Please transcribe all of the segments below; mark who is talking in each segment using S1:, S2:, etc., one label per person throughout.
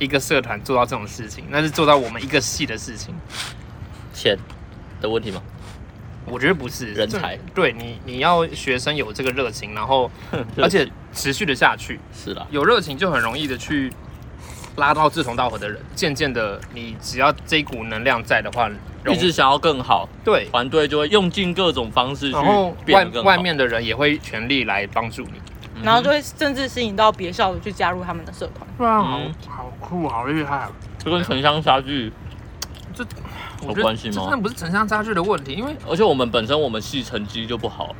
S1: 一个社团做到这种事情，那是做到我们一个系的事情。
S2: 钱的问题吗？
S1: 我觉得不是
S2: 人才
S1: 这对你你要学生有这个热情，然 后而且持续的下去，
S2: 是啦，
S1: 有热情就很容易的去拉到志同道合的人。渐渐的，你只要这一股能量在的话，容
S2: 一直想要更好，
S1: 对，
S2: 团队就会用尽各种方式去
S1: 然后
S2: 变
S1: 外
S2: 得更好。
S1: 外面的人也会全力来帮助你。
S2: 嗯，
S3: 然后就会甚至吸引到别校的去加入他们的社团。
S1: 对啊
S2: 好
S1: 好酷，好厉害！啊
S2: 就跟城乡差距，
S1: 这
S2: 有关系吗
S1: 这真的不是城乡差距的问题，因为
S2: 而且我们本身我们系成绩就不好，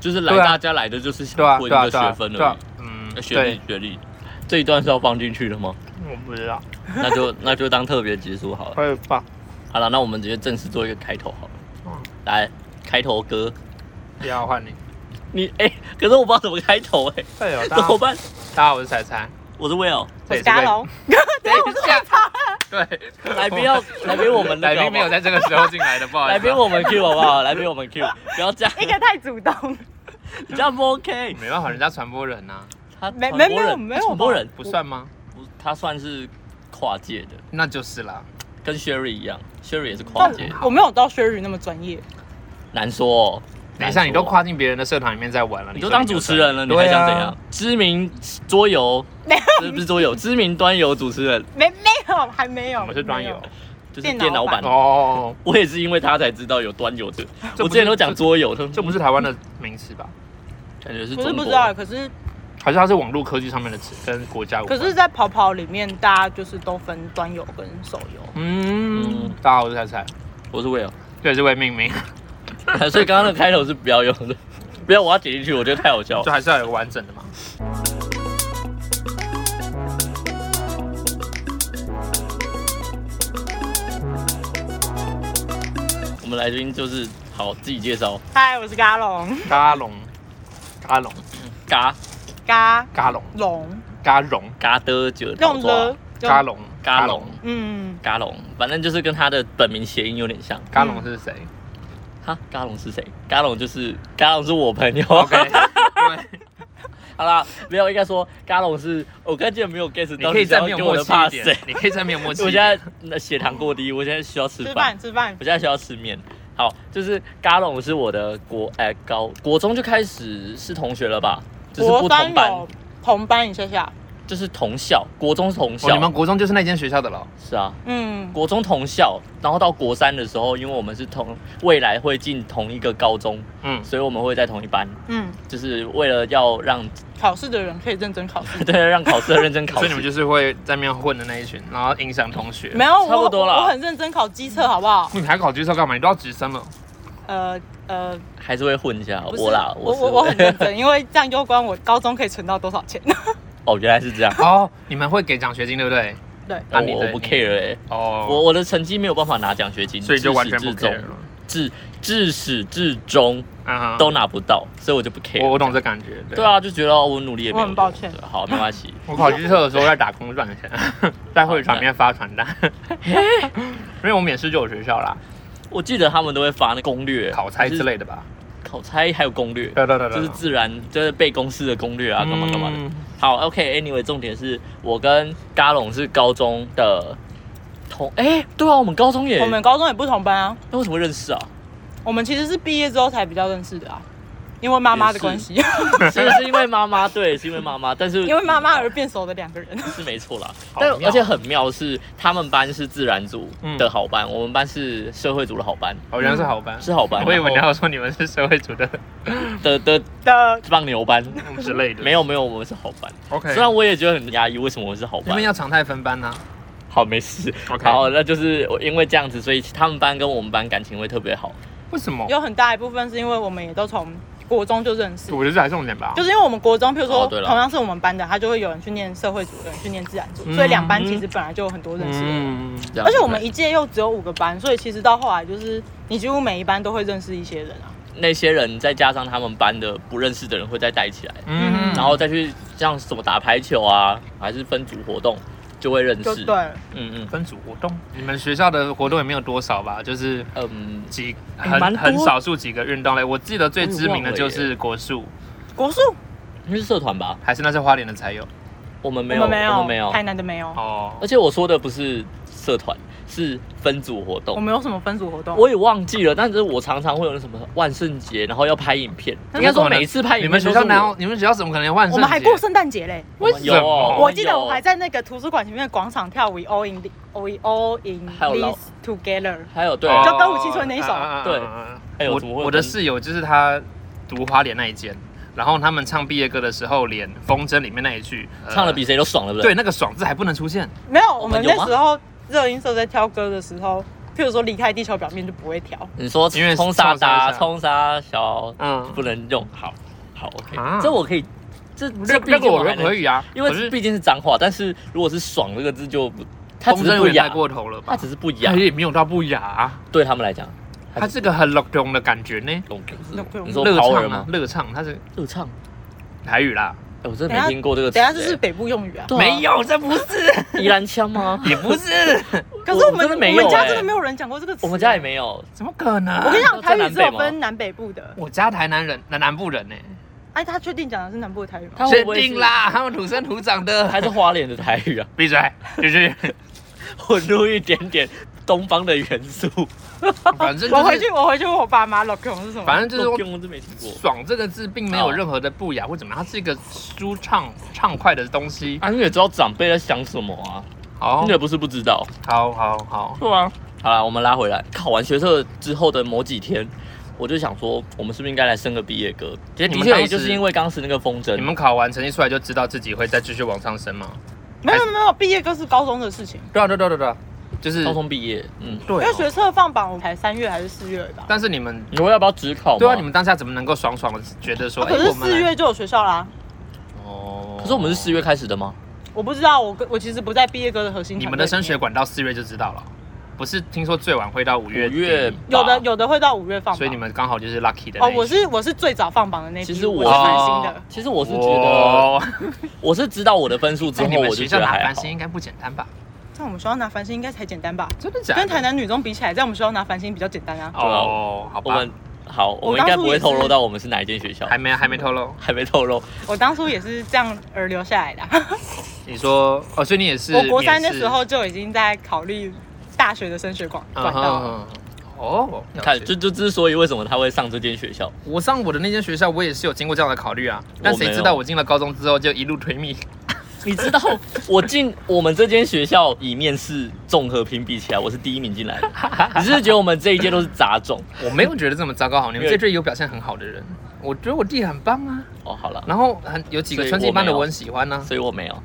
S2: 就是来
S1: 对啊
S2: 大家来的就是
S1: 对啊
S2: 想混一
S1: 对啊
S2: 个
S1: 对
S2: 学
S1: 啊
S2: 分
S1: 对
S2: 而
S1: 啊
S2: 已，，
S1: 嗯
S2: 呃，学历
S1: 对，
S2: 学历。这一段是要放进去 的吗？
S1: 我不知道，
S2: 那就那就当特别结束好了。
S1: 可以吧？
S2: 好了，那我们直接正式做一个开头好了。
S1: 嗯
S2: 来，开头歌，
S1: 不要换你，
S2: 你哎、可是我不知道怎么开头哎、
S1: 对 哦，大
S2: 怎
S1: 家
S2: 么办？
S1: 大家好，我是彩彩，
S2: 我是 Will，
S3: 我
S1: 对
S3: 是 嘉龙，
S1: 等 一下， 对，
S2: 来宾 要来宾我们那
S1: 来
S2: 个好不好
S1: 宾没有在这个时候进来的，不好意思啊。
S2: 来宾我们 Q 好不 好？来宾我们 Q，不要这样，
S3: 一个太主动，
S2: 你这样不 OK。
S1: 没办法，人家传播人呐，
S2: 他
S3: 没
S2: 传播
S3: 没有
S2: 人
S3: 没
S2: 他
S3: 有
S2: 传播
S3: 吧
S2: 人
S1: 不算吗？
S2: 不，他算是跨界的，
S1: 那就是啦，
S2: 跟 Sherry 一样，Sherry 也是跨
S3: 但
S2: 界的，
S3: 我没有到 Sherry 那么专业。
S2: 难说、哦。
S1: 等一下
S2: 难
S1: 你
S2: 说
S1: 都，跨进别人的社团里面在玩了，
S2: 你都
S1: 说啊
S2: 当主持人了，你还想怎样？？知名桌游
S3: 没
S2: 不是不是桌游，知名端游主持人
S3: 没没有，还没有。
S1: 我们是端游
S3: 没
S2: 就是
S3: 电
S2: 电
S3: 脑
S2: 脑版
S3: 版。
S1: 哦，
S2: 我也是因为他才知道有端游这，
S1: 这不
S2: 我
S1: 是
S2: 之前都讲桌游，这
S1: 这不是台湾的名词吧？
S2: 感觉是
S3: 有，不
S2: 中
S3: 是啊
S2: 国
S3: 不知道，可是
S1: 还是它是网络科技上面的词，跟国家有
S3: 可
S1: 关？
S3: 是，在跑跑里面，大家就是都分端游跟手游。
S1: 嗯
S2: 嗯，
S1: 大家好，我是彩彩，
S2: 我是 Will，
S1: 对，是为命名，
S2: 所以刚刚那个开头是不要用的，不要我要剪进去，我觉得太好笑
S1: 就
S2: 了。
S1: 还是要有个完整的嘛。
S2: 我们来宾就是好自己介绍，
S3: 嗨，我是嘎龙，
S1: 嘎龙，嘎龙，
S2: 嘎
S3: 嘎
S1: 嘎龙，
S3: 龙
S1: 嘎龙，
S2: 嘎的就
S3: 用了
S1: 嘎，龙，
S2: 啊嘎龙
S3: 嗯，
S2: 嘎龙，反正就是跟他的本名谐音有点像。
S1: 嘎龙是 谁
S2: 哈，嘎龙是谁？嘎龙就是嘎龙是我朋友。
S1: ？OK，对
S2: 好啦，没有，应该说嘎龙是我刚才没有 get
S1: 你
S2: 到，
S1: 可以再
S2: 再
S1: 没有
S2: 给我
S1: 默
S2: 的
S1: 契
S2: 怕
S1: 一
S2: 谁
S1: 点？，你可以再没有默契
S2: 我
S1: 一
S2: 现
S1: 点。
S2: 在那血糖过低，我现在需要吃
S3: 嗯吃
S2: 饭
S3: 饭。吃饭
S2: 我现在需要吃面。好，就是嘎龙是我的国哎、高国中就开始是同学了吧？就是不
S3: 国三
S2: 同班
S3: 有，同班一下下，
S2: 就是同校，国中是同
S1: 哦，
S2: 校。
S1: 你们国中就是那间学校的了。
S2: 是啊，
S3: 嗯，
S2: 国中同校，然后到国三的时候，因为我们是同未来会进同一个高中，
S1: 嗯，
S2: 所以我们会在同一班，
S3: 嗯，
S2: 就是为了要让
S3: 考试的人可以认真考试。
S2: 对让考试的认真考
S1: 所
S2: 试。
S1: 以你们就是会在那边混的那一群，然后影响同学。
S3: 没有，我
S2: 差不多啦
S3: 我很认真考机测，好不好？
S1: 你还考机测干嘛？你都要直升 了。
S3: 呃呃，
S2: 还是会混一下
S3: 不是
S2: 我啦，
S3: 我
S2: 是
S3: 我我很认真，因为这样攸关我高中可以存到多少钱。
S2: 哦，原来是这样，
S1: 哦，你们会给奖学金对不对？
S3: 对，
S1: 啊
S2: 我
S1: 你的
S2: 我不
S1: 你
S2: care 哎、
S1: 哦，
S2: 我我的成绩没有办法拿奖学金，
S1: 所以就
S2: 至
S1: 完
S2: 始
S1: 全不
S2: 至终
S1: care 了。
S2: 至至始至终
S1: 啊
S2: 都拿不到，所以我就不 care。
S1: 哦我我懂这感觉。
S2: 对，啊，就觉得哦我努力也没有
S3: 我很抱歉
S2: 用对啊好，没关系。
S1: 我考机测的时候在打工赚钱，在会场里面发传单， 因为我们也是就有学校啦，
S2: 我记得他们都会发那攻略、
S1: 考差之
S2: 就是
S1: 类的吧。
S2: 考猜还有攻略，
S1: 对对对对，啊
S2: 就是自然就是背公式的攻略啊，干嘛干嘛的。
S1: 嗯
S2: 好，OK，Anyway，、重点是我跟嘎龙是高中的同，哎、对啊，我们高中也，
S3: 我们高中也不同班啊，
S2: 那为什么会认识啊？
S3: 我们其实是毕业之后才比较认识的啊，因为妈妈的关系，
S2: 是是因为妈妈，对，是因为妈妈，但是
S3: 因为妈妈而变熟的两个 人。
S2: 是没错啦。
S1: 好
S2: 但
S1: 妙嗯
S2: 而且很妙是，他们班是自然组的好班，我们班是社会组的好班，
S1: 哦，原来是好班，
S2: 是好班。
S1: 我以为你
S2: 然后
S1: 要说你们是社会组 的
S2: 的的
S3: 的
S2: 棒牛 班，
S1: 之类的，
S2: 没有没有，我们是好班。
S1: OK，
S2: 虽然我也觉得很压抑，为什么我是好
S1: 那
S2: 班
S1: 边？要常态分班呐。
S2: 好，没事。
S1: OK
S2: 好，那就是我因为这样子，所以他们班跟我们班感情会特别好。
S1: 为什么？
S3: 有很大一部分是因为我们也都从国中就认识，
S1: 我觉得这还重点吧
S3: 就。是因为我们国中，譬如说
S2: 哦对了
S3: 同样是我们班的，他就会有人去念社会组，有人去念自然组，
S1: 嗯
S3: 所以两班其实本来就有很多认识的人。
S1: 嗯，
S2: 这样
S3: 而且
S2: 子
S3: 我们一届又只有五个班，所以其实到后来就是你几乎每一班都会认识一些人啊。
S2: 那些人再加上他们班的不认识的人会再带起来，
S1: 嗯
S2: 然后再去像什么打排球啊，还是分组活动，就会认
S3: 就
S2: 识。
S3: 对了，
S2: 嗯嗯
S1: 分组活动，你们学校的活动也没有多少吧？就是
S2: 嗯，
S1: 几
S2: 哎
S1: 很
S2: 蛮多
S1: 很少数几个运动类，我记得最知名
S2: 我也忘
S1: 的
S2: 了
S1: 就是国术，
S3: 国术
S2: 那是社团吧？
S1: 还是那是花莲的才有。
S2: 我们没
S3: 我
S2: 有，
S3: 们没有，
S2: 我们没有。
S3: 台南的没有，
S1: 哦
S2: 而且我说的不是社团，是分组活
S3: 我
S2: 动。
S3: 们有什么分组活动？
S2: 我也忘记了，但是我常常会有那什么万圣节，然后要拍影片。应该说每一次拍影
S1: 你
S2: 片
S1: 们
S2: 都
S1: 学
S2: 是我，
S1: 校哪有？你们学校怎么可能有万圣节？啊
S3: 我们还过圣诞节嘞。
S2: 我们有
S1: 为什么
S3: 我记得
S2: 哦
S3: 我
S2: 有
S3: 还在那个图书馆前面的广场跳 We All in the, We All in
S2: 还有老
S3: This Together。
S2: 还有对，
S1: 哦
S3: 就歌舞青春那一首
S1: 啊啊啊
S2: 对
S1: 啊
S2: 哎呦
S1: 我
S2: 怎么会有
S1: 我的
S2: 灯
S1: 室友就是他读花莲那一间，然后他们唱毕业歌的时候，连《风筝》里面那一句、呃
S2: 唱的比谁都爽，对不
S1: 对
S2: 对？
S1: 那个爽字还不能出现，
S3: 没有，
S2: 我
S3: 我
S2: 们
S3: 们
S2: 哦有吗
S3: 那时候热音社在挑歌的时候，譬如说离开地球表面就不会挑。
S2: 你说
S1: 因为
S2: 冲沙
S1: 冲沙
S2: 达、
S1: 沙
S2: 冲沙小
S1: 嗯，
S2: 不能用，好好 OK，
S1: 啊
S2: 这我可以，这
S1: 这
S2: 这毕
S1: 这个
S2: 竟
S1: 我
S2: 还能
S1: 可以啊，
S2: 因
S1: 可是
S2: 为毕竟是脏话，但是如果是爽这个字就不，它只
S1: 风筝
S2: 是
S1: 有
S2: 不
S1: 点太
S2: 雅，
S1: 过哎头了
S2: 它
S1: 吧？
S2: 只是不雅
S1: 它，也没有到不雅、啊，
S2: 对他们来讲，
S1: 它是个很 lock down 的感觉呢，
S2: 你说
S1: 乐
S2: 潮
S1: 唱
S2: 人
S1: 啊
S2: 吗，？
S1: 乐唱，它是
S2: 热唱，
S1: 台语啦，
S2: 哎，我真的没听过这个词。
S3: 等一下这是
S2: 哎
S3: 北部用语啊，
S2: 对啊
S1: 没有，这不 是，
S2: 宜兰腔吗？
S1: 也不是，
S3: 可是我
S2: 我
S3: 们
S2: 真的没有
S3: 我们家
S2: 欸
S3: 真的没有人讲过这个词，
S2: 我们家也。没有，
S1: 怎么可能？
S3: 我跟你讲，
S2: 那在
S3: 台
S2: 南北
S3: 语只有
S2: 吗
S3: 分南北部的。
S1: 我家台南人，南南部人呢、
S3: 哎，他确定讲的是南部的台语吗？
S2: 他会
S1: 确
S2: 不会
S1: 定
S2: 是，
S1: 啦，他们土生土长的，
S2: 还是花莲的台语啊，
S1: 闭嘴，就是，
S2: 混入一点点东方的元素。
S1: 反正
S3: 我
S1: 就
S3: 回
S1: 是，
S3: 去我回去问我爸妈 l o c 是什么？
S1: 反正就是
S2: 我
S1: 说
S2: 根本就没听过。
S1: 爽这个字并没有任何的不雅或怎么样，它是一个舒畅畅快的东西。
S2: 啊，你也知道长辈在想什么啊？
S1: 好
S2: 你，也不是不知道。
S1: 好，好，好，
S2: 对啊。好啦，我们拉回来，考完学测之后的某几天，我就想说，我们是不是应该来升个毕业歌？其实
S1: 你
S2: 的
S1: 们
S2: 确
S1: 当
S2: 也
S1: 时
S2: 就是因为当时那个风筝
S1: 你，们考完成绩出来就知道自己会再继续往上升吗？
S3: 没有没有没有，毕业歌是高中的事情，
S1: 对啊，对啊对啊对啊，就是
S2: 高中毕业，嗯，
S3: 因
S1: 对
S3: 为
S1: 哦、
S3: 学测放榜我才三月还是四月而已吧。啊
S1: 但是你们
S2: 你会要不要只考吗？
S1: 对啊，你们当下怎么能够爽爽的觉得说，
S3: 啊
S1: 哎、
S3: 可是
S1: 我们
S3: 四
S1: 来
S3: 月就有学校啦，
S1: 哦，
S2: 可是我们是四
S1: 月，
S2: 月开始的吗？
S3: 我不知道，我跟我其实不在毕业歌的核心。
S1: 你们的升学，管到四月就知道了，不是听说最晚会到五
S2: 五
S1: 月底，
S2: 月
S3: 有的
S2: 吧，
S3: 有的会到五月放榜，
S1: 所以你们刚好就是 lucky 的那
S3: 哦，
S1: 一
S3: 我
S1: 群
S3: 是我是最早放榜的那批，
S2: 其实我
S3: 我是繁星
S1: 哦
S3: 的。
S2: 其实我是觉得，
S1: 哇
S2: 我是知道我的分数之
S1: 在
S2: 后，
S1: 你们
S2: 我就
S1: 学
S2: 觉
S1: 校
S2: 得
S1: 拿
S2: 还
S1: 繁
S2: 好
S1: 星。应该不简单吧？
S3: 在我们学校拿繁星应该才简单吧？
S1: 真的假的？
S3: 跟台南女中比起来，在我们学校拿繁星比较简单啊。
S1: 啊哦，好
S2: 我
S1: 吧
S2: 们，好，我
S3: 我
S2: 们应
S3: 当
S2: 该
S3: 初
S2: 不会
S3: 也是
S2: 透露到我们是哪一间学校，
S1: 还没还没透露。
S2: 还没透露。
S3: 我当初也是这样而留下来的啊、
S1: 你说哦，所以你也是
S3: 我国三的
S1: 免试
S3: 时候就已经在考虑大学的升学管管道了。
S1: 嗯哼哦，了解
S2: 看，就就之所以为什么他会上这间学校，
S1: 我上我的那间学校，我也是有经过这样的考虑啊，但
S2: 我没有
S1: 谁知道我进了高中之后就一路推密，
S2: 你知道我进我们这间学校以面试综合评比起来，我是第一名 进来的。你是不是觉得我们这一届都是杂种？
S1: 我没有觉得这么糟糕，好，你们
S2: 因为
S1: 这队有表现很好的人，我觉得我弟很棒啊，
S2: 哦，好了，
S1: 然后很有几个
S2: 所以
S1: 春季班的
S2: 我没有
S1: 我很喜欢呢、
S2: 所以我没有。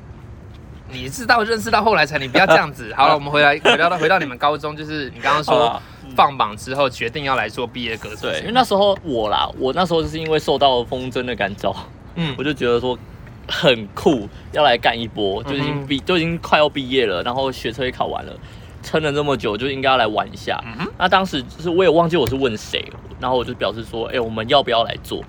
S1: 你是到认识到后来才，你不要这样 子。好了，我们回来回到回到你们高中，就是你刚刚
S2: 好
S1: 说
S2: 啦
S1: 放榜之后决定要来做毕业歌，
S2: 对，因为那时候我啦，我那时候就是因为受到风筝的感召，
S1: 嗯
S2: 我就觉得说很酷，要来干一波，就已
S1: 嗯
S2: 经
S1: 哼
S2: 毕，就已经快要毕业了，然后学车也考完了，撑了这么久，就应该要来玩一下。
S1: 嗯哼
S2: 那当时就是我也忘记我是问谁，然后我就表示说，哎、我们要不要来做？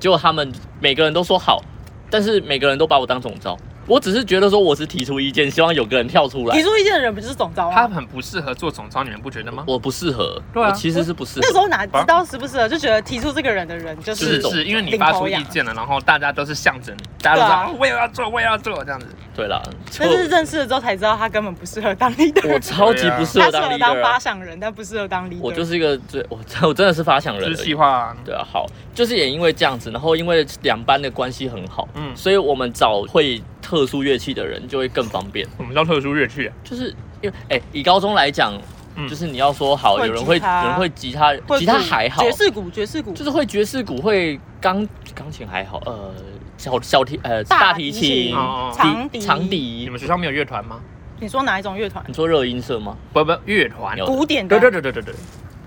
S2: 结果他们每个人都说好，但是每个人都把我当总招。我只是觉得说我是提出意见，希望有个人跳出来
S3: 提。出意见的人不就是总招
S1: 他
S3: 吗？
S1: 很不适合做总招，你们不觉得吗？
S2: 我不适合，
S1: 对啊
S2: 我其实是不适合。
S3: 那时候哪知道适不适啊合，就觉得提出这个人的人就是是
S1: 是
S2: 总
S1: 是，因为你
S3: 领
S1: 发
S3: 头
S1: 出意
S3: 羊
S1: 见了，然后大家都是向着你，大家都
S3: 对
S1: 说、
S3: 啊
S1: 啊我也要做，我也要做这样子。
S2: 对了，就
S3: 但是认识了之后才知道他根本不适合当 leader，
S2: 我超级不 适
S3: 他
S2: 合
S3: 适
S2: 当
S3: 合当
S2: leader，
S3: 发
S2: 啊
S3: 想人，但不适合当 leader。
S2: 我就是一个最我我真的是发想人
S1: 就是
S2: 而已
S1: 计。划
S2: 对啊，好，就是也因为这样子，然后因为两班的关系很好，
S1: 嗯
S2: 嗯，所以我们找会特殊乐器的人就会更方便。
S1: 我们叫特殊乐器、
S2: 就是因为哎、以高中来讲，
S1: 嗯
S2: 就是你要说好，
S3: 会
S2: 有人
S3: 吉
S2: 会有
S3: 他
S2: 人会吉他，
S3: 会
S2: 吉他还好
S3: 爵，士鼓，爵士鼓
S2: 就是会爵士鼓，会钢钢琴还好，呃，小小提呃
S3: 大
S2: 提
S3: 提
S2: 琴、
S3: 琴
S1: 哦
S3: 长笛
S2: 长
S1: 你
S2: 笛。
S1: 们学校没有乐团吗？
S3: 你说哪一种乐团
S2: 你？说热音社吗？
S1: 不不，乐团
S2: 有的
S3: 古典的
S1: 对。对对对对对，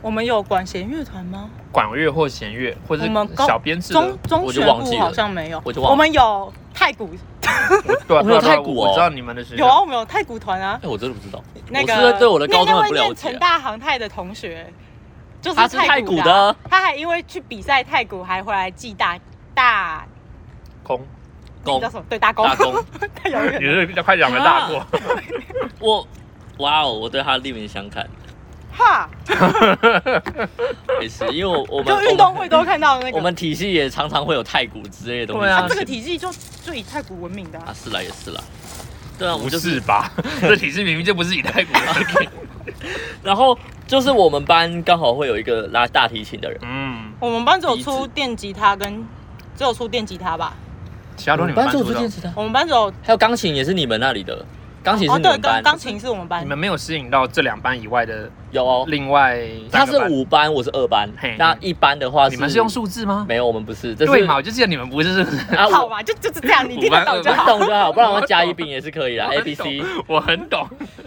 S3: 我们有管弦乐团吗？
S1: 管乐或弦乐，或者
S3: 我
S1: 是
S3: 们高
S1: 小编制的。
S3: 中中
S2: 我就
S3: 学
S2: 忘记
S3: 部
S2: 了
S3: 好像没有，
S2: 我就忘了
S3: 们有太鼓，
S1: 我对啊
S2: 我们
S1: 对
S2: 有
S1: 啊对啊
S2: 太鼓
S1: 我
S2: 哦
S1: 知道你们的学校
S3: 有啊，我们有太鼓团啊
S2: 哎、。我真的不知道，
S3: 那
S2: 我是
S3: 个
S2: 对我的高中
S3: 那
S2: 很
S3: 位
S2: 不了
S3: 念
S2: 解啊
S3: 成。大航太的同学，就是
S2: 他是太
S3: 鼓
S2: 鼓
S3: 的啊，
S2: 的，
S3: 他还因为去比赛太鼓，还回来记大大
S1: 空，
S3: 那
S2: 工
S3: 个叫什么？对，大功
S2: 大，工，
S3: 太遥远
S1: 你
S3: 了。
S1: 是比较快讲的大过。
S2: 我哇哦，我对他另眼相看，
S3: 哈，
S2: 也是因为我我们
S3: 就运动会都看到的那个。
S2: 我们体系也常常会有太鼓之类的东西出
S1: 对
S2: 现。
S1: 啊
S3: 啊，这个体系就就以太鼓闻名的啊
S2: 啊，。是啦也是啦，对啊，我
S1: 不
S2: 就是
S1: 是吧？这体制明明就不是以太古人。
S2: 然后就是我们班刚好会有一个拉大提琴的人，
S1: 嗯，
S3: 我们班只有
S2: 笛子
S3: 出电吉他跟只有出电吉他吧，
S1: 其他都你们
S2: 班
S1: 班出
S2: 最
S1: 的
S2: 近
S1: 哦，
S2: 知道，
S3: 我们班只有
S2: 还有钢琴也是你们那里的，钢琴是
S3: 哦
S2: 你们
S3: 对，
S2: 班的，
S3: 钢钢琴是我们班
S1: 你，们没有吸引到这两班以外的
S2: 有哦，
S1: 另外
S2: 他
S1: 三
S2: 是
S1: 个班，
S2: 五班，我是二班
S1: 嘿，
S2: 那一班的话是
S1: 你们是用数字吗？
S2: 没有，我们不是，这是
S1: 对嘛，我就记得你们不 是，是不是？
S2: 啊，
S3: 好
S2: 我
S3: 吧，就就是这样，你听得懂就
S2: 你
S3: 好。
S2: 懂就好，不然我加一并也是可以啦
S1: 我
S2: ，A
S1: 很
S2: B C，
S1: 懂我很 懂，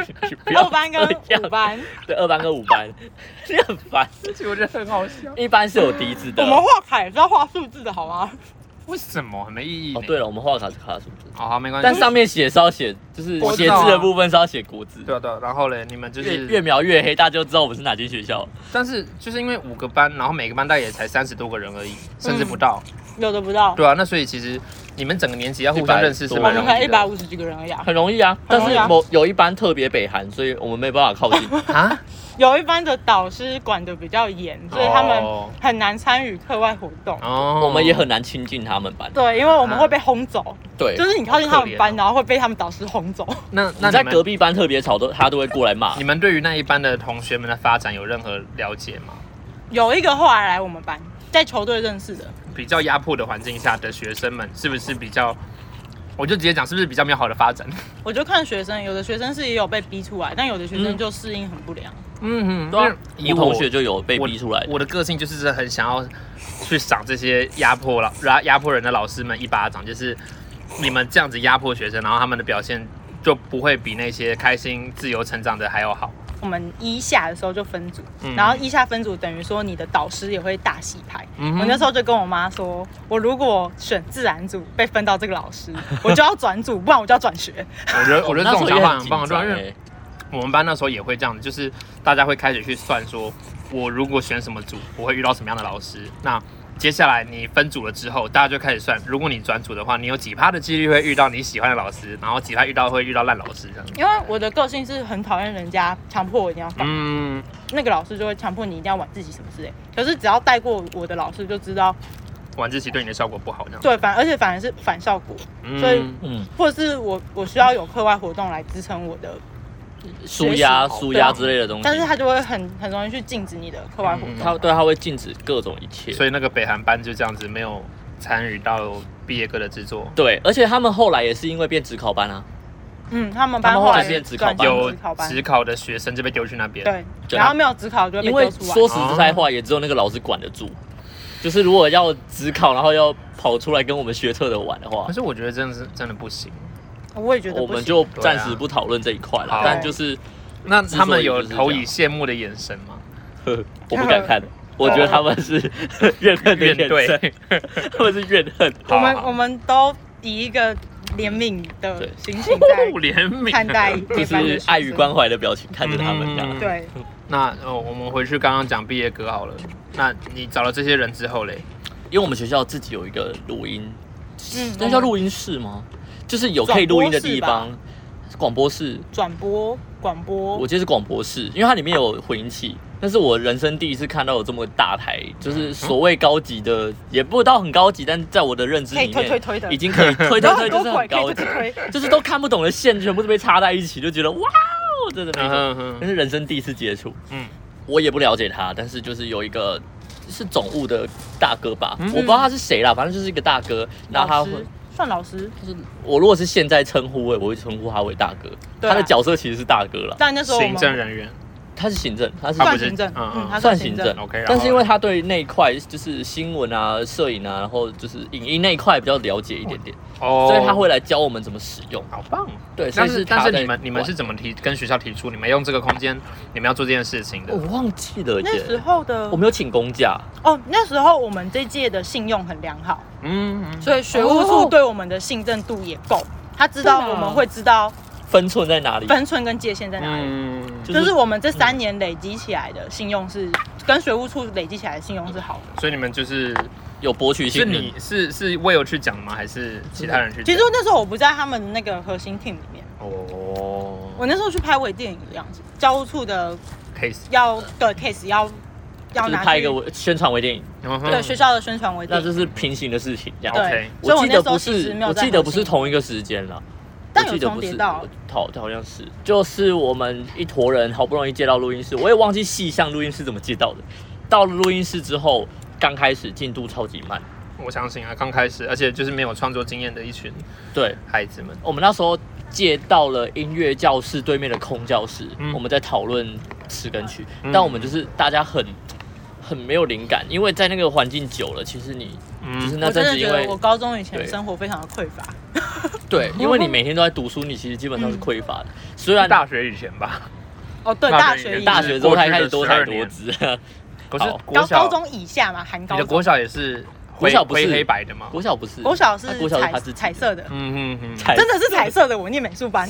S2: 不要
S3: 二班跟
S2: 这样
S3: 五班，
S2: 对二班跟五班， 你很烦。
S1: 这集我觉得很好笑。
S2: 一班是有笛子
S3: 我
S2: 的，
S3: 们画卡也是要画数字的好吗？
S1: 为什么很没意义呢？
S2: 哦，对了，我们画卡是卡数字，
S1: 哦，好，没关系。
S2: 但上面写是要写，就是
S1: 我
S2: 写
S1: 知道啊
S2: 字的部分是要写国字。
S1: 对啊对啊，然后嘞，你们就
S2: 越
S1: 是
S2: 越描越黑，大家就知道我们是哪间学校。
S1: 但是就是因为五个班，然后每个班大概也才三十多个人而已，
S2: 嗯
S1: 甚至不到。
S3: 有的不到，
S1: 对啊，那所以其实你们整个年级要互相认识是
S2: 对
S3: 我
S1: 蛮
S3: 们
S1: 容
S3: 才
S1: 易
S3: 一百
S1: 的
S3: 五十几个人而已啊。
S2: 很容易啊，
S3: 很
S2: 但
S3: 容易
S2: 是
S3: 啊
S2: 某有一班特别北韩，所以我们没办法靠近。
S1: 啊。
S3: 有一班的导师管得比较严，所以他们
S1: 哦
S3: 很难参与课外活动。
S1: 哦
S2: 我们也很难亲近他们班。
S3: 对，因为我们会被轰走，
S2: 对
S3: 就是你靠近他
S1: 好
S3: 们
S1: 可怜
S3: 班，
S1: 哦
S3: 然后会被他们导师轰走。
S1: 那那
S2: 你在
S1: 你
S2: 隔
S1: 们
S2: 壁班特别吵，都他都会过来骂
S1: 你。们对于那一班的同学们的发展有任何了解吗？
S3: 有一个后来来我们班，在球队认识的，
S1: 比较压迫的环境下的学生们是不是比较？我就直接讲，是不是比较没有好的发展？
S3: 我就看学生，有的学生是也有被逼出来，但有的学生
S2: 嗯
S3: 就适应很不良。
S1: 嗯哼，
S2: 对啊，
S1: 因为以
S2: 我
S1: 我
S2: 同学就有被逼出来的。
S1: 我的个性就是很想要去赏这些压迫老压压迫人的老师们一巴掌，就是你们这样子压迫学生，然后他们的表现就不会比那些开心自由成长的还要好。
S3: 我们一下的时候就分组，
S1: 嗯
S3: 然后一下分组等于说你的导师也会大洗牌。
S1: 嗯哼
S3: 我那时候就跟我妈说，我如果选自然组被分到这个老 师，我就要转组，不然我就要转学。
S1: 我觉得我觉得
S2: 那
S1: 这
S2: 时
S1: 种想
S2: 候也
S1: 法
S2: 很
S1: 很
S2: 紧
S1: 棒，对啊，
S2: 张
S1: 因为
S2: 欸
S1: 我们班那时候也会这样子，就是大家会开始去算说，我如果选什么组，我会遇到什么样的老师。那接下来你分组了之后，大家就开始算，如果你转组的话，你有几趴的几率会遇到你喜欢的老师，然后几趴遇到会遇到烂老师这样子。
S3: 因为我的个性是很讨厌人家强迫我一定要放，
S1: 嗯，
S3: 那个老师就会强迫你一定要晚自习什么之类。可是只要带过我的老师就知道，
S1: 晚自习对你的效果不好这样。
S3: 对，反而且反而是反效果，
S1: 嗯
S3: 所以
S2: 嗯，
S3: 或者是我我需要有课外活动来支撑我的，
S2: 舒压、
S1: 学习啊
S2: 舒压之类的东西。嗯
S3: 但是他就会很很容易去禁止你的课外
S1: 嗯
S3: 活动。
S2: 他对啊他会禁止各种一切。
S1: 所以那个北韩班就这样子没有参与到毕业歌的制作，
S2: 对，而且他们后来也是因为变职考班啊，
S3: 嗯，他们班
S2: 他们
S3: 后
S2: 后来
S3: 来
S2: 变职考班
S3: 转
S1: 有
S3: 职考班，
S1: 职考的学生就被丢去那边。，
S3: 对，
S2: 对
S3: 然后没有职考就会被
S2: 因为
S3: 丢出
S2: 说
S3: 来。
S2: 实在话，也只有那个老师管得住。就是如果要职考，然后要跑出来跟我们学测的玩的话
S1: 可，是我觉得真的是真的不行。
S3: 我也觉得
S2: 我
S3: 不
S2: 们
S3: 行。
S2: 就暂时不讨论这一块了。
S1: 好
S2: 但就是
S1: 那他们有
S2: 之所以就是这样
S1: 投以羡慕的眼神吗？
S2: 呵呵我不敢看，我觉得他们是 怨恨的
S1: 怨
S2: 眼
S1: 对
S2: 神，， 他们是怨恨。
S3: 我们
S1: 好好
S3: 我们都以一个怜悯的
S2: 对
S3: 心情在
S1: 不怜悯
S3: 看待这
S2: 就
S3: 班的
S2: 是
S3: 学
S2: 爱与
S3: 生
S2: 关怀的表情看着他们这样。
S1: 嗯
S3: 对，
S1: 那哦，我们回去刚刚讲毕业歌好了。那你找了这些人之后嘞，
S2: 因为我们学校自己有一个录音，
S3: 嗯
S2: 那叫录音室吗？就是有可以录音的地方，广播室，
S3: 转播广播，
S2: 我记得是广播室，因为它里面有混音器。那是我人生第一次看到有这么大台，
S1: 嗯
S2: 就是所谓高级的，也不到很高级，但在我的认知
S3: 可以
S2: 里面，
S3: 推推推的
S2: 已经可以推推
S3: 然后
S2: 推，
S3: 很多
S2: 就是
S3: 鬼
S2: 很
S3: 可以
S2: 高
S3: 推
S2: 级，
S3: 推 推，
S2: 就是都看不懂的线全部都被插在一起，就觉得哇哦，真的那种。
S1: 嗯哼
S2: 那是人生第一次接触，
S1: 嗯
S2: 我也不了解他，但是就是有一个是总务的大哥吧，
S1: 嗯
S2: 我不知道他是谁啦，反正就是一个大哥，那他
S3: 老
S2: 会
S3: 师算老师，
S2: 就是我如果是现在称呼，我也我会称呼他为大哥。
S3: 对啊
S2: 他的角色其实是大哥了，
S3: 但那时候我
S1: 行政
S3: 们
S1: 人员，
S2: 他是行政，他是
S1: 他不
S3: 算
S1: 是
S3: 行政，
S1: 嗯嗯
S3: 嗯，他
S2: 算
S3: 行
S2: 行
S3: 政
S2: 政。
S1: OK 然后嘞。
S2: 但是因为他对那一块就是新闻啊、摄影啊，然后就是影音那一块比较了解一点点，
S1: 哦，
S2: 所以他会来教我们怎么使用。
S1: 好棒。哦
S2: 对，所
S1: 但
S2: 以
S1: 是
S2: 他
S1: 但是
S2: 在
S1: 你们你们是怎么提跟学校提出你们用这个空间你们要做这件事情的
S2: 我？忘记了
S3: 那时
S2: 耶，
S3: 候的
S2: 我没有请公假，
S3: 哦，那时候我们这届的信用很良好，
S1: 嗯，嗯
S3: 所以学务处对我们的信任度也够，他知道
S2: 哦真的
S3: 我
S2: 啊
S3: 们会知道
S2: 分寸在哪里？
S3: 分寸跟界限在哪里。
S1: 嗯，
S2: 就
S3: 就是我们这三年累积起来的信用是跟学务处累积起来的信用是好的。
S1: 所以你们就是
S2: 有博取性
S1: 是
S2: 的。
S1: 你是是 Will 去讲的吗？还是其他人去讲？
S3: 其实那时候我不在他们的那个核心 team 里面，
S1: 哦
S3: 我那时候去拍微电影的样子，教务处的
S1: ，case，
S3: 要的 case 要要
S2: 就是
S3: 拿
S2: 拍一个
S3: 去
S2: 微宣传微电影，
S1: 嗯
S3: 对学校的宣传微电
S2: 那
S3: 影
S2: 这，是平行的事情，这样。
S1: OK
S3: 对，所以
S2: 我
S3: 我
S2: 记
S3: 那
S2: 得
S3: 时候
S2: 不
S3: 其实
S2: 是
S3: 没，有
S2: 我
S3: 在
S2: 记得
S3: 核
S2: 不
S3: 心
S2: 是同一个时间了。
S3: 但
S2: 记得
S3: 有重
S2: 不
S3: 叠
S2: 是，
S3: 到
S2: 我好，好像是，就是我们一坨人好不容易借到录音室，我也忘记细项录音室怎么借到的。到了录音室之后，刚开始进度超级慢，
S1: 我相信啊，刚开始，而且就是没有创作经验的一群
S2: 对
S1: 孩子们，
S2: 我们那时候借到了音乐教室对面的空教室，
S1: 嗯
S2: 我们在讨论词根曲，
S1: 嗯
S2: 但我们就是大家很很没有灵感，因为在那个环境久了，其实你就是
S1: 嗯，
S2: 那
S3: 我
S2: 阵
S3: 真的
S2: 子
S3: 觉
S2: 因
S3: 得
S2: 为
S3: 我高中以前
S2: 对
S3: 生活非常的匮乏，
S2: 对，因为你每天都在读书，你其实基本上是匮乏的。虽然
S1: 大学以前吧，
S3: 哦，对，
S1: 那
S3: 大
S1: 边
S3: 学
S1: 也
S3: 以
S2: 大学之后才开始多才
S1: 过去
S2: 多
S1: 的
S2: 姿，
S1: 可是
S2: 好
S1: 国
S3: 高
S1: 小
S3: 高，中以下嘛，含
S1: 你
S3: 高
S1: 的
S3: 中。
S1: 国小也是
S2: 国
S1: 灰
S2: 小不是
S1: 灰黑白的吗？
S2: 国小不是
S3: 国小是
S2: 啊国小是
S3: 彩
S2: 他自己的
S3: 彩色的，
S1: 嗯嗯嗯，
S2: 彩
S3: 真的是彩色的。我念美术班，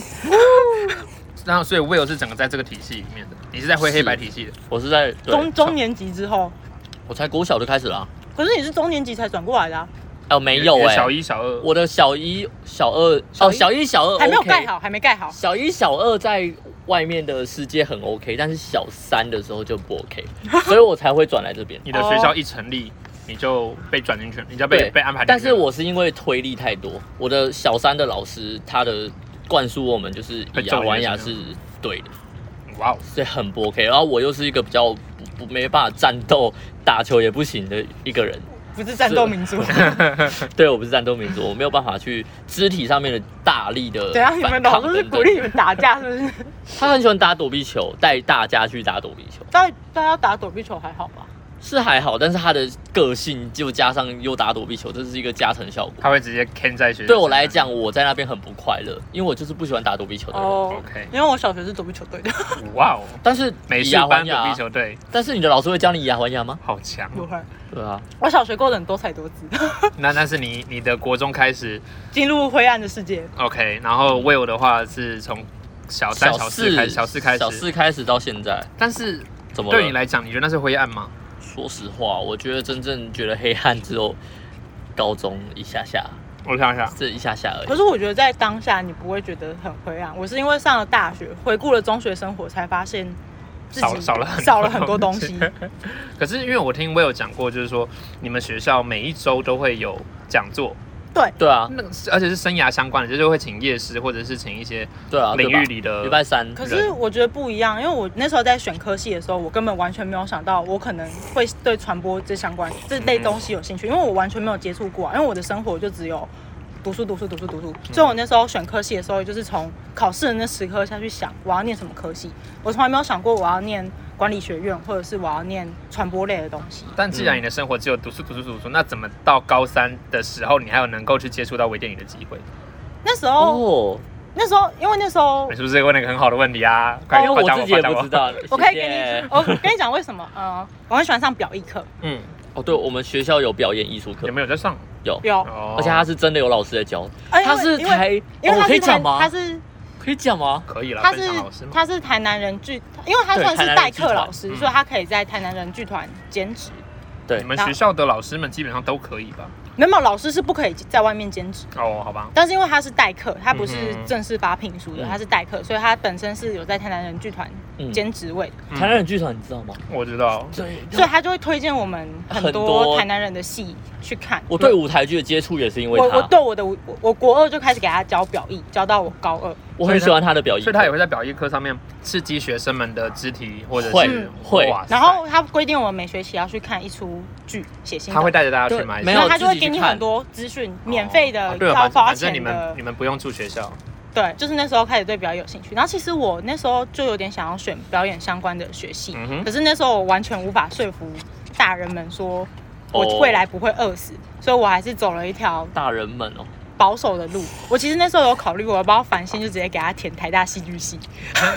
S1: 然后所以 Will 是整个在这个体系里面的，你是在灰黑白体系的，
S2: 我是在对
S3: 中中年级之后，
S2: 我才国小就开始了啊，
S3: 可是你是中年级才转过来的、啊，
S2: 哦没有
S1: 你的
S2: 哎，
S1: 小一小二，
S2: 我的小一小二哦
S3: 小一
S2: 小一小二
S3: 还没有
S2: OK
S3: 盖好，还没盖好。
S2: 小一、小二在外面的世界很 OK，但是小三的时候就不 OK，所以我才会转来这边。
S1: 你的学校一成立，你就被转进去了，你就 被
S2: 哦对
S1: 被安排进去了。
S2: 但是我是因为推力太多，我的小三的老师他的灌输我们就是
S1: 很
S2: 以牙
S1: 重
S2: 还
S1: 要
S2: 牙
S1: 是
S2: 是对的，
S1: 哇哦，
S2: 所以很不 OK。然后我又是一个比较不不没办法战斗、打球也不行的一个人，
S3: 不是战斗民族，
S2: 对我不是战斗民族，我没有办法去肢体上面的大力 的
S3: 等一下啊你们
S2: 反
S3: 老
S2: 抗
S3: 师是
S2: 等
S3: 鼓
S2: 等。
S3: 励你们打架，是不是？
S2: 他很喜欢打躲避球，带大家去打躲避球。
S3: 大大家打躲避球还好吧？
S2: 是还好，但是他的个性就加上又打躲避球，这是一个加成效果。
S1: 他会直接 can 在学。
S2: 对我来，讲，我在那边很不快乐，因为我就是不喜欢打躲避球的人。
S3: 哦
S1: OK
S3: 因为我小学是躲避球队的，
S1: 哇哦，
S2: 但是
S1: 美
S2: 以
S1: 术
S2: 牙还
S1: 班躲
S2: 牙
S1: 避，球队
S2: 但是你的老师会教你以牙还牙吗？
S1: 好强
S3: 不
S1: 哦。
S3: 会。
S2: 对啊，
S3: 我小学过得很多彩多姿，
S1: 那但是你你的国中开始
S3: 进入灰暗的世界。
S1: OK，然后 Will 的话是从小三、哦小四开始，小四开始。
S2: 小四开始到现在，
S1: 但是
S2: 怎么了
S1: 对你来讲，你觉得那是灰暗吗？
S2: 说实话，我觉得真正觉得黑暗只有高中一下下，
S1: 我想想，
S2: 这一下下而
S3: 可
S2: 已。
S3: 是我觉得在当下你不会觉得很灰暗，我是因为上了大学，回顾了中学生活，才发现自己
S1: 少少了很多
S3: 少了很多东西。
S1: 可是因为我听 Will 讲过，就是说你们学校每一周都会有讲座，
S2: 对啊，
S1: 那个是而且是生涯相关的，就是会请夜师或者是请一些
S2: 对啊，对
S1: 领
S2: 吧
S1: 域里的
S2: 礼拜三，
S3: 可是我觉得不一样，因为我那时候在选科系的时候，我根本完全没有想到我可能会对传播这相关这类东西有兴趣，因为我完全没有接触过、啊，因为我的生活就只有读书、读书、读书、读书。
S2: 嗯
S3: 所以我那时候选科系的时候，就是从考试的那时刻下去想我要念什么科系，我从来没有想过我要念管理学院，或者是我要念传播类的东西。
S1: 但既然你的生活只有读书、读书、读书，那怎么到高三的时候，你还有能够去接触到微电影的机会？
S3: 那时候，
S2: 哦，
S3: 那时候，因为那时候
S1: 你是不是问了一个很好的问题啊？快
S2: 哦因为
S1: 点回
S2: 我
S1: 答
S2: 自
S1: 我，
S2: 己也
S1: 回答
S2: 不
S1: 我
S2: 知。道。
S3: 我可
S2: 谢
S3: 以给
S2: 谢
S3: 你，哦我跟你讲为什么？呃，我很喜欢上表艺课，
S1: 嗯，
S2: 哦，对，我们学校有表演艺术课
S1: 有，没有在上？
S2: 有，
S3: 有，
S1: 哦
S2: 而且他是真的有老师在教，
S3: 哎因为
S2: 他是
S3: 因为
S2: 台，
S3: 因为
S2: 哦我
S3: 他
S2: 可以
S3: 是
S2: 讲吗？
S3: 他是
S2: 可以讲吗？
S1: 可以啦，
S3: 他
S1: 分
S3: 是
S1: 享老师嘛。
S3: 他是台南人剧，因为他
S2: 对
S3: 算
S2: 台
S3: 是
S2: 南
S3: 代
S2: 人剧
S3: 课
S2: 团
S3: 老师，
S1: 嗯
S3: 所以他可以在台南人剧团兼职。
S2: 对
S1: 你，们学校的老师们基本上都可以吧？
S3: 没有，老师是不可以在外面兼职，
S1: 哦，好吧，
S3: 但是因为他是代课，他不是
S1: 嗯哼
S3: 正式发聘书的，
S2: 嗯
S3: 他是代课，所以他本身是有在台南人剧团
S2: 嗯
S3: 兼职位的，
S1: 嗯
S2: 台南人剧团你知道吗？
S1: 我知道。
S2: 对，
S3: 所以他就会推荐我们很
S2: 很多
S3: 多台南人的戏去看。
S2: 我对舞台剧的接触也是因为
S3: 我我
S2: 他，
S3: 对我的我我国二就开始给他教表艺，教到我高二。
S2: 我很喜欢他的表演，
S1: 所以他也会在表艺课上面刺激学生们的肢体，或者
S2: 会
S1: 是
S2: 会
S1: 哇塞
S3: 然后他规定我们每学期要去看一出剧，写信。
S1: 他会带着大家去
S2: 对
S1: 买一些，
S2: 没有
S3: 然后他就会
S2: 自己
S3: 给
S2: 去
S3: 你
S2: 看
S3: 很多资讯，免费
S1: 哦
S3: 的，
S1: 对，
S3: 要
S1: 反
S3: 花
S1: 反正
S3: 钱
S1: 你
S3: 的
S1: 们你。们不用住学 校，
S3: 对，就是那时候开始对表演有兴趣。然后其实我那时候就有点想要选表演相关的学系，
S1: 嗯哼
S3: 可是那时候我完全无法说服大人们说我
S2: 哦
S3: 未来不会饿死，所以我还是走了一条
S2: 大人们哦，
S3: 保守的路。我其实那时候有考虑过，我要不要繁星就直接给他填台大戏剧系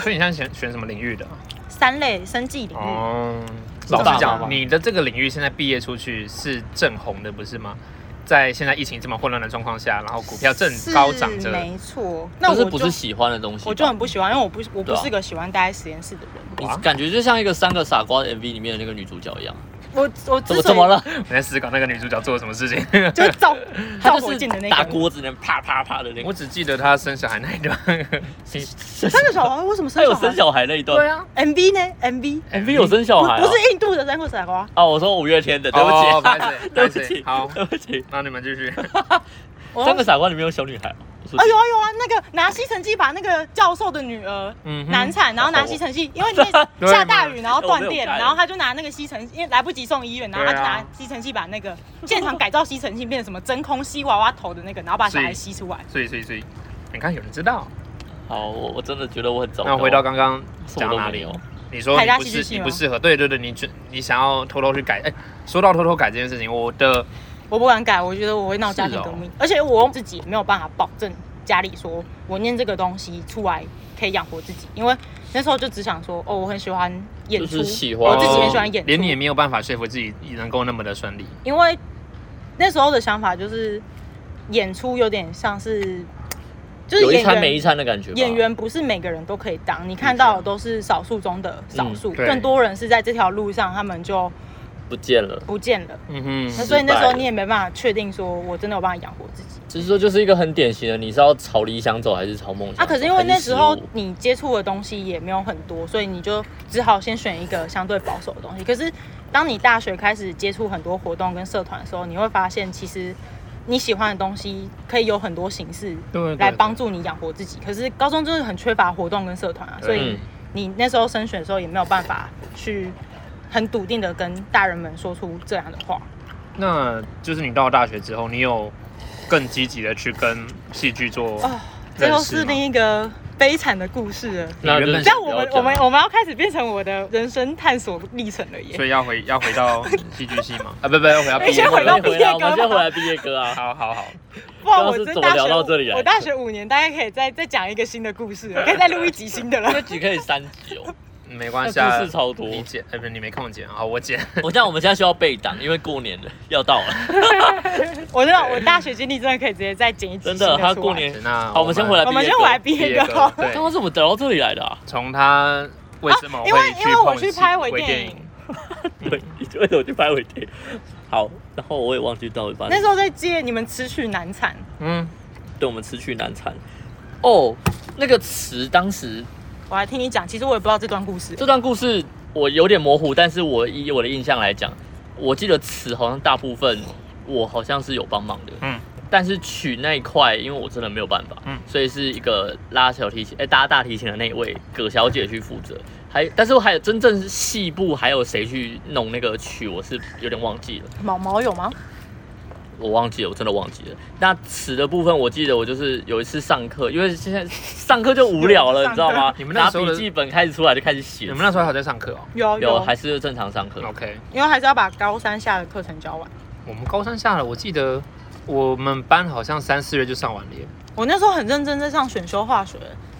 S1: 所以你现在选选什么领域的？
S3: 三类生计领域。
S1: 哦，
S2: 是
S1: 老
S2: 大
S1: 实
S2: 麻
S1: 讲，
S2: 吗
S1: 你的这个领域现在毕业出去是正红的，不是吗？在现在疫情这么混乱的状况下，然后股票正高涨
S3: 是
S1: 着，
S3: 没错。那
S2: 就
S3: 我
S2: 是
S3: 就
S2: 不是喜欢的东西吧，
S3: 我就很不喜欢，因为我不我不
S2: 对啊
S3: 是个喜欢待在实验室的人。
S2: 你
S1: 哇
S2: 感觉就像一个三个傻瓜的 MV 里面的那个女主角一样，
S3: 我我
S2: 怎
S3: 之
S2: 么
S3: 所
S2: 怎
S3: 以
S2: 么了？
S1: 我在思考那个女主角做了什么事情。
S3: 就是 照
S2: 她
S3: 照火
S2: 就
S3: 箭的那
S2: 是
S3: 个
S2: 打锅子那啪啪啪的那
S1: 我
S2: 个，
S1: 只记得她生小孩那一 段。
S3: 三个小孩为什么
S2: 她
S3: 生
S2: 有
S3: 小
S2: 生
S3: 孩
S2: 小孩那一段
S1: 对啊，
S3: ？MV 呢？MV
S2: ，MV 有生小
S3: 不
S2: 孩啊
S3: 不是印度的三个傻瓜，
S2: 哦，我说五月天的，对不
S1: 哦不好意
S2: 起
S1: 思， 不好意
S2: 对不
S1: 思
S2: 起，
S1: 好
S2: 对不起，
S1: 那你们继续。
S3: 我
S2: 三个傻瓜里面有小女孩吗，数
S3: 啊
S2: 据
S3: 有啊有啊，那个拿吸尘器把那个教授的女儿
S1: 嗯哼
S3: 难产，
S2: 哦
S3: 然后拿吸尘器，因为那
S1: 对
S2: 啊
S3: 下大雨，然后断
S2: 我没有
S3: 电，
S2: 看
S3: 然后他就拿那个吸尘，因为来不及送医院，然后他就
S2: 啊
S3: 拿吸尘器把那个现场改造吸尘器变成什么真空吸娃娃头的那个，然后把小孩吸出来。
S1: 所以所以所以，你看有人知道。
S2: 好，我我真的觉得我很糟糕。
S1: 那回到刚刚
S2: 什么
S1: 讲
S2: 都
S1: 到哪
S2: 没
S1: 里哦
S2: 有？，
S1: 你说
S3: 海
S1: 你
S3: 大
S1: 不
S3: 戏剧
S1: 是
S3: 系
S1: 你
S3: 吗
S1: 不适合，对对对，你觉你想要偷偷去改。哎、说到偷偷改这件事情，我的
S3: 我不敢改，我觉得我会闹家庭革
S2: 哦
S3: 命，而且我自己没有办法保证家里说我念这个东西出来可以养活自己，因为那时候就只想说，哦，我很喜欢演
S2: 就
S3: 出，
S2: 是喜欢
S3: 我自己很喜欢演出，
S1: 连你也没有办法说服自己能够那么的顺利。
S3: 因为那时候的想法就是演出有点像是，就是
S2: 有一
S3: 演
S2: 餐没一
S3: 员。
S2: 餐的感觉吧。
S3: 演员不是每个人都可以当，你看到的都是少数中的少数，
S1: 嗯对
S3: 更多人是在这条路上，他们就
S2: 不见了，
S3: 不见了。
S1: 嗯哼，
S3: 那所以那时
S2: 失败
S3: 候
S2: 了
S3: 你也没办法确定说，我真的有办法养活自己
S2: 只是说就是一个很典型的，你是要朝理想走还是朝梦想走？
S3: 啊。可是因为那时候
S2: 很失误
S3: 你接触的东西也没有很多，所以你就只好先选一个相对保守的东西。可是当你大学开始接触很多活动跟社团的时候，你会发现其实你喜欢的东西可以有很多形式
S1: 对对
S3: 来帮助你养活自己。可是高中就是很缺乏活动跟社团啊，
S1: 对
S3: 所以
S2: 嗯，
S3: 你那时候升学的时候也没有办法去很笃定的跟大人们说出这样的话。
S1: 那就是你到大学之后，你有更积极的去跟戏剧做
S3: 哦，这又是
S1: 认识吗
S3: 另一个悲惨的故事了。
S2: 那就是
S1: 你原 本
S3: 这样我
S2: 不要
S3: 们
S2: 讲啊
S3: 我们我们要开始变成我的人生探索历程了耶
S1: 所。以要回要回到戏剧系 吗？啊，不不，要回到毕业
S3: 先回到毕业歌吧
S2: 我们先回来毕业歌啊。
S1: 好好好，
S3: 不然
S2: 刚
S3: 我
S2: 刚是
S3: 真
S2: 怎么
S3: 大
S2: 聊
S3: 学
S2: 到这里来
S3: 我大学五年大概可以再再讲一个新的故事了，可以再录一集新的 了。
S2: 这集可以三集哦，
S1: 没关
S2: 那
S1: 系啊
S2: 故事。超多。
S1: 你剪，哎，不，你没空剪啊，好我剪。
S2: 我像我们现在需要备档，因为过年了要到了，
S3: 我知道我大学经历真的可以直接再剪一集
S2: 真
S3: 新的
S2: 的。
S3: 出来
S2: 他过年，
S1: 那
S2: 好，我们先回来。
S3: 我们先回来毕业歌。
S1: 对
S2: 刚，刚怎么聊到这里来的啊？
S1: 从他为什么
S3: 啊
S1: 会
S3: 因为因为我
S1: 碰
S3: 去
S1: 戏
S3: 拍微
S1: 微
S3: 电
S1: 电
S3: 影
S1: 影，
S3: 嗯
S2: 对，你为什么去拍尾电影？好，然后我也忘记到底发
S3: 那
S2: 生
S3: 时候在接你们词曲难产，
S1: 嗯，
S2: 对我们吃去难产。哦，那个词当时
S3: 我还听你讲，其实我也不知道这段故事。
S2: 这段故事我有点模糊，但是我以我的印象来讲，我记得词好像大部分我好像是有帮忙的，
S1: 嗯
S2: 嗯，但是曲那一块，因为我真的没有办法，
S1: 嗯
S2: 嗯，所以是一个拉小提琴，哎、搭大提琴的那一位葛小姐去负责，还但是我还有真正细部还有谁去弄那个曲，我是有点忘记了。
S3: 毛毛有吗？
S2: 我忘记了，我真的忘记了。那词的部分，我记得我就是有一次上课，因为现在上课就无聊了，
S3: 上课
S2: 你知道吗？
S1: 你们那
S2: 拿
S1: 时候
S2: 笔
S1: 的
S2: 记本开始出来就开始写
S1: 你
S2: 字。
S1: 们那时候还哦有在上课哦
S3: 有
S2: 有还是正常上课？
S1: ？OK，
S3: 因为还是要把高三下的课程教完。
S1: 我们高三下了，我记得我们班好像三四月就上完了耶，
S3: 我那时候很认真在上选修化学，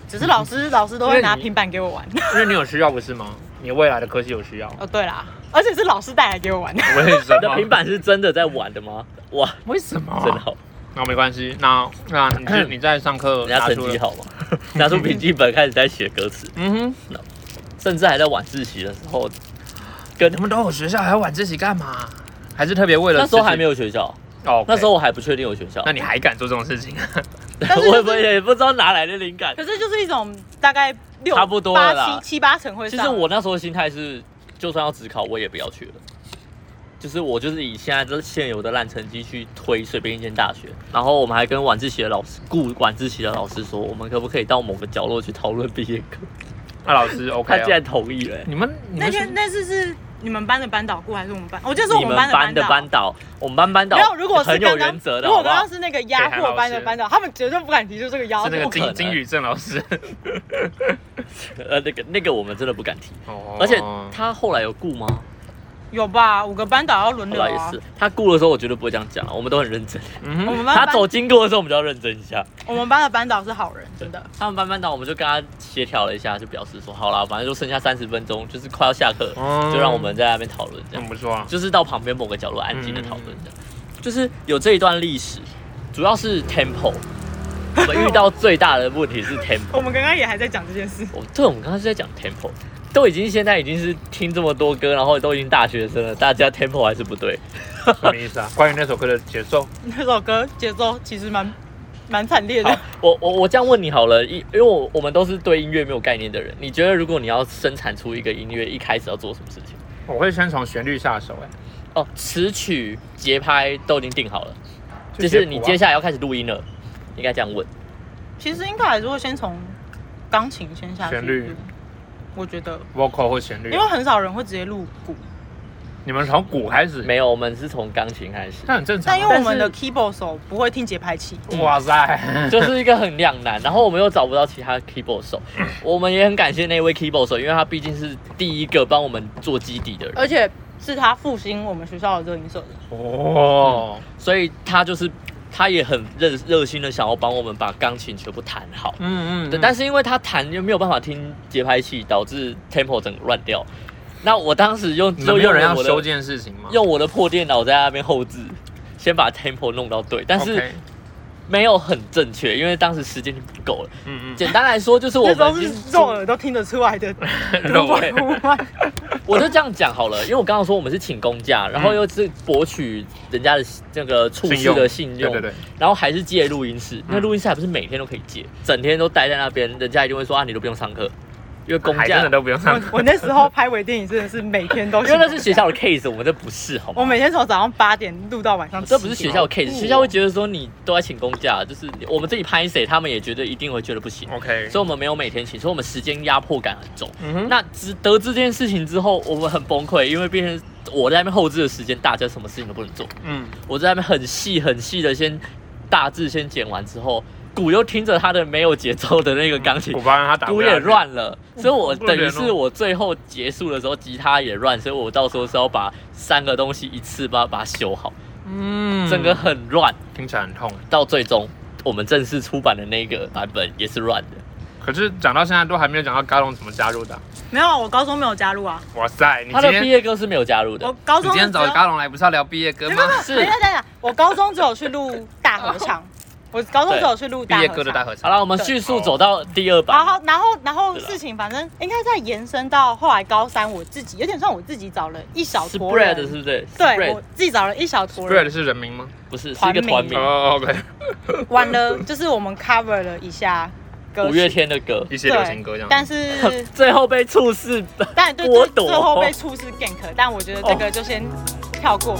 S3: 只是老
S2: 嗯
S3: 师老师都会拿平板给我 玩。，
S1: 因为你有需要不是吗？你未来的科系有需要
S3: 哦，对啦，而且是老师带来给我玩的。
S1: 为什
S2: 你的平？板是真的在玩的吗？哇，
S1: 为什么？
S2: 真好，
S1: 那没关系，那那你就你在上课
S2: 人
S1: 拿
S2: 家
S1: 出
S2: 成绩
S1: 了，
S2: 好嘛，拿出笔记本开始在写歌词，
S1: 嗯哼，
S2: 甚至还在晚自习的时候，跟
S1: 你们都有学校还要晚自习干嘛？还是特别为了
S2: 那时候还没
S1: 有
S2: 有学校，
S1: 哦，
S2: 那时候我还不确定有学校
S1: 那， 你还敢做这种事情？啊
S3: 但是就是
S2: 我也不也不知道哪来的灵 感
S3: 可。是就是一种大概六
S2: 差不多了啦
S3: 八七七八成会
S2: 其
S3: 上。
S2: 实我那时候的心态是，就算要只考，我也不要去了。就是我就是以现在这现有的烂成绩去推随便一间大学，然后我们还跟晚自习的老师顾晚自习的老师说，我们可不可以到某个角落去讨论毕业 课？
S1: 那老师
S2: 他
S1: OK，
S2: 竟
S1: 哦
S2: 然同意了、欸
S1: 你们你
S3: 那
S1: 们
S3: 天
S1: 是
S3: 那次是你们班的班导过还是我们班？我就是我
S2: 你们
S3: 班的
S2: 班的
S3: 导。
S2: 班导，我们班班导
S3: 没有，如果是
S2: 很有
S3: 刚刚
S2: 原则的，
S3: 如果
S2: 好不
S3: 刚
S2: 好
S3: 刚？是那个压
S1: 北韩老
S3: 迫
S1: 师
S3: 班的班导，他们绝对不敢提出这个
S1: 是
S3: 要求。哦
S1: 那个
S2: 不可
S1: 金
S2: 能
S1: 金宇正老师
S2: 呃，那个那个我们真的不敢提。
S1: 哦
S2: 而且他后来有顾吗？
S3: 有吧？五个班导要轮
S2: 后
S3: 流
S2: 来也
S3: 啊。
S2: 是，他顾的时候我绝对不会这样讲，啊我们都很认真。
S1: 嗯
S3: 我
S1: 哼，
S3: 们班
S2: 他
S3: 班
S2: 走经过的时候，我们就要认真一下。
S3: 我们班的班导是好人，真的。
S2: 他们班班导，我们就跟他协调了一下，就表示说，好啦，反正就剩下三十分钟，就是快要下课了，
S1: 哦
S2: 就让我们在那边讨论这
S1: 很
S2: 样，
S1: 不错啊，
S2: 就是到旁边某个角落安静的讨论这样，就是有这一段历史，主要是 tempo，我们遇到最大的问题是 tempo，
S3: 我们刚刚也还在讲这件事。
S2: 我对我们刚刚是在讲 tempo，都已经现在已经是听这么多歌，然后都已经大学生了，大家 tempo 还是不对，
S1: 什么意 思啊？关于那首歌的节奏，
S3: 那首歌节奏其实蛮蛮惨烈
S2: 好
S3: 的。，
S2: 我我我这样问你好了，因因为我我们都是对音乐没有概念的人，你觉得如果你要生产出一个音乐，一开始要做什么事情？
S1: 我会先从旋律下手，哎，
S2: 哦，词曲节拍都已经定好了，
S1: 就
S2: 就
S1: 写
S2: 是
S1: 谱
S2: 你
S1: 啊
S2: 接下来要开始录音了，应该这样问。
S3: 其实应该还是会先从钢琴先下去。
S1: 旋律
S3: 嗯，我觉得，
S1: vocal 或旋律啊
S3: 因为，很少人会直接录鼓，
S1: 你们从鼓开始，
S2: 没有，我们是从钢琴开始，
S1: 那很正常
S3: 但
S1: 啊。
S3: 因为我们
S2: 但
S3: 的
S2: 是
S3: keyboard 手不会听节拍器，
S1: 哇塞，
S2: 就是一个很两难。然后我们又找不到其他 keyboard 手，我们也很感谢那位 keyboard 手，因为他毕竟是第一个帮我们做基底的人，
S3: 而且是他复兴我们学校的热音社的。
S1: 哦，
S2: 所以他就是他也很热热心的想要帮我们把钢琴全部弹好。
S1: 嗯嗯，
S2: 对，但
S1: 是
S2: 是因为他弹又没有办法听节拍器，导致 tempo 整个乱掉。那我当时用
S1: 你
S2: 就
S1: 们没有
S2: 用
S1: 人要
S2: 了我
S1: 修这
S2: 的
S1: 件事情吗？
S2: 用我的破电脑在那边后置，先把 tempo 弄到对，但是
S1: OK，
S2: 没有很正确，因为当时时间就不够了。
S1: 嗯
S2: 简单来说，就是我
S3: 那时候
S2: 们
S3: 是
S2: 已经
S3: 肉耳都听得出 来的，
S1: 嗯，肉味，
S2: 我就这样讲好了，因为我刚刚说我们是请公假，然后
S1: 嗯
S2: 又是博取人家的那个处
S1: 信
S2: 事
S1: 用
S2: 的信
S1: 对
S2: 用
S1: 对，嗯对，
S2: 然后还是借录音室，那录音室还不是每天都可以借，整天都待在那边，人家一定会说啊，你都不用上课，因为公
S1: 还
S2: 假
S1: 真的，都不用上
S3: 我， 我那时候拍微电影真的是每天都
S2: 因为那是学校的 case，我们这不是好
S3: 我
S2: 吗？
S3: 每天从早上八点录到晚上7点，
S2: 这不是学校的 case，
S3: 哦
S2: 学校会觉得说你都在请公假，就是我们这里拍谁，他们也觉得一定会觉得不行，
S3: 嗯
S1: OK，
S2: 所以我们没有每天请，所以我们时间压迫感很重。
S1: 嗯哼，
S2: 那知得知这件事情之后，我们很崩溃，因为变成我在那边后置的时间，大家什么事情都不能做。
S1: 嗯，
S2: 我在那边很细很细的先大致先剪完之后，鼓又听着他的没有节奏的那个钢琴
S1: 鼓，包让他打不
S2: 鼓
S1: 下
S2: 也
S1: 去，
S2: 乱了，
S3: 嗯
S2: 所以我
S1: 不
S2: 等于
S1: 能
S2: 是
S1: 哦
S2: 我最后结束的时候，吉他也乱，所以我到时候是要把三个东西一次把把它修好，
S1: 嗯，
S2: 整个很乱。
S1: 听起来很痛。
S2: 到最终我们正式出版的那个版本也是乱的。
S1: 可是讲到现在都还没有讲到嘎龙怎么加入的啊，
S3: 没有，我高中没有加入啊，
S1: 哇塞，你
S2: 他
S1: 今
S2: 的毕
S1: 天
S2: 业歌是没有加入
S3: 我
S2: 的，
S3: 高
S1: 你
S3: 中
S1: 今天
S3: 只有
S1: 找嘎龙来不是要聊毕业歌
S3: 没
S1: 吗
S3: 有？没有，
S2: 是
S3: 等一下等一下，我高中只有去录大合唱，我高中只有去录
S1: 毕
S3: 大
S1: 业歌
S3: 合
S1: 的大
S3: 唱。
S1: 合
S2: 好
S1: 唱。
S2: 了，我们迅速走到第二
S3: 然
S2: 版。
S3: 后，然后，然后
S2: 对啦
S3: 事情反正应该再延伸到后来高三，我自己有点算我自己找了一小
S2: 是
S3: 坨人
S2: bread 是不是？
S3: 对，
S2: bread
S3: 我自己找了一小坨
S1: Bread
S3: 人，
S1: 是人名吗？
S2: 不是是一
S3: 团
S2: 个团
S3: 名
S2: 名，
S1: 哦，OK，
S3: 完了就是我们 cover 了一下歌曲，
S2: 五月天的歌，
S1: 一些
S3: 对
S1: 流行歌这样。
S3: 但是
S2: 最后被猝死。
S3: 但对
S2: 我
S3: 对，
S2: 懂
S3: 最后被出事 gank，但我觉得这个就先跳过。